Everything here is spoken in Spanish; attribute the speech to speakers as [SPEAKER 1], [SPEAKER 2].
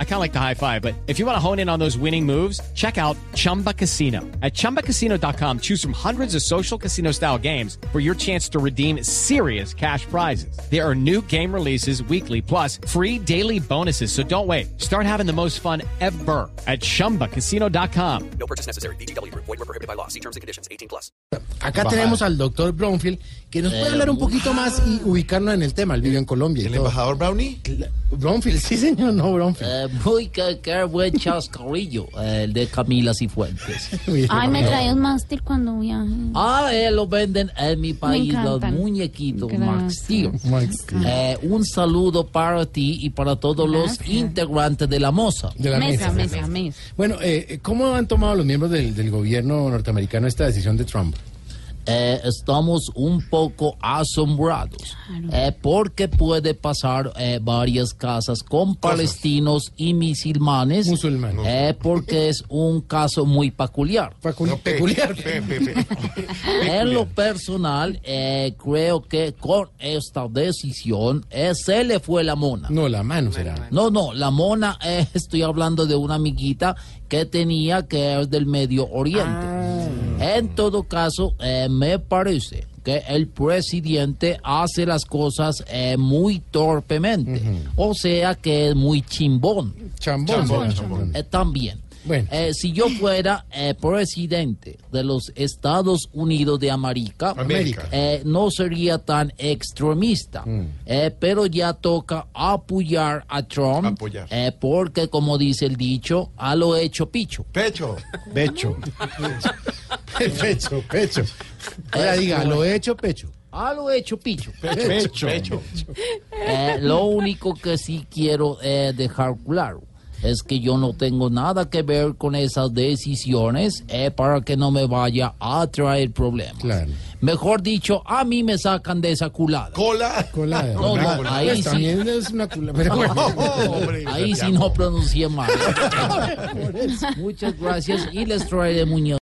[SPEAKER 1] I kind of like the high five, but if you want to hone in on those winning moves, check out Chumba Casino. At chumbacasino.com, choose from hundreds of social casino style games for your chance to redeem serious cash prizes. There are new game releases weekly, plus free daily bonuses. So don't wait. Start having the most fun ever at chumbacasino.com.
[SPEAKER 2] No purchase necessary. BGW. Void were prohibited by law. See terms and conditions. 18 plus.
[SPEAKER 3] Acá tenemos al doctor Brownfield que nos puede hablar un poquito más y ubicarnos en el tema. Él vivió en Colombia. y
[SPEAKER 4] ¿El
[SPEAKER 3] todo.
[SPEAKER 4] embajador Brownie?
[SPEAKER 3] Brownfield, sí, señor, no Brownfield.
[SPEAKER 5] Eh, Muy que, que buen chascarrillo, eh, el de Camila Cifuentes.
[SPEAKER 3] Mira,
[SPEAKER 6] Ay, me
[SPEAKER 3] no.
[SPEAKER 6] trae un máster cuando viaje.
[SPEAKER 5] Ah, eh, lo venden en mi país los
[SPEAKER 6] encantan.
[SPEAKER 5] muñequitos
[SPEAKER 6] Gracias.
[SPEAKER 5] Max Steel.
[SPEAKER 3] Max, sí.
[SPEAKER 5] Eh, un saludo para ti y para todos los
[SPEAKER 6] Gracias.
[SPEAKER 5] integrantes de la moza.
[SPEAKER 3] De la
[SPEAKER 6] mesa,
[SPEAKER 3] mesa.
[SPEAKER 6] mesa, mesa.
[SPEAKER 3] Bueno, eh, ¿cómo han tomado los miembros del, del gobierno norteamericano esta decisión de Trump?
[SPEAKER 5] Eh, estamos un poco asombrados eh, porque puede pasar eh, varias casas con palestinos y musulmanes,
[SPEAKER 3] Musulmanes.
[SPEAKER 5] eh, porque es un caso muy peculiar.
[SPEAKER 3] Facul-
[SPEAKER 4] No, pe-
[SPEAKER 3] peculiar.
[SPEAKER 4] pe- pe- pe-
[SPEAKER 5] En lo personal, eh, creo que con esta decisión eh, se le fue la mona.
[SPEAKER 3] No, la mano será.
[SPEAKER 5] No, no, la mona, eh, estoy hablando de una amiguita que tenía que es del Medio Oriente. En todo caso, eh, me parece que el presidente hace las cosas eh, muy torpemente, o sea que es muy chimbón.
[SPEAKER 3] Chambón.
[SPEAKER 4] Chambón,
[SPEAKER 3] será.
[SPEAKER 4] chambón.
[SPEAKER 5] Eh, también.
[SPEAKER 3] Bueno.
[SPEAKER 5] Eh, si yo fuera eh, presidente de los Estados Unidos de América,
[SPEAKER 4] América. Mm.
[SPEAKER 5] eh, no sería tan extremista. Eh, pero ya toca apoyar a Trump,
[SPEAKER 4] Apoyar.
[SPEAKER 5] eh, porque como dice el dicho, a lo hecho picho.
[SPEAKER 4] Pecho.
[SPEAKER 3] Pecho. pecho, pecho. Ahora diga, lo he hecho pecho.
[SPEAKER 5] A lo hecho picho.
[SPEAKER 4] Pecho. Pecho.
[SPEAKER 5] Eh, lo único que sí quiero eh, dejar claro es que yo no tengo nada que ver con esas decisiones eh, para que no me vaya a traer problemas.
[SPEAKER 3] Claro.
[SPEAKER 5] Mejor dicho, a mí me sacan de esa culada.
[SPEAKER 4] Cola.
[SPEAKER 3] Colada.
[SPEAKER 5] No, no,
[SPEAKER 3] Pues
[SPEAKER 5] ahí sí.
[SPEAKER 3] también es una culada. Pero bueno.
[SPEAKER 4] hombre,
[SPEAKER 5] Ahí sí
[SPEAKER 4] Santiago.
[SPEAKER 5] no pronuncié mal. Muchas gracias y les traeré muñeco.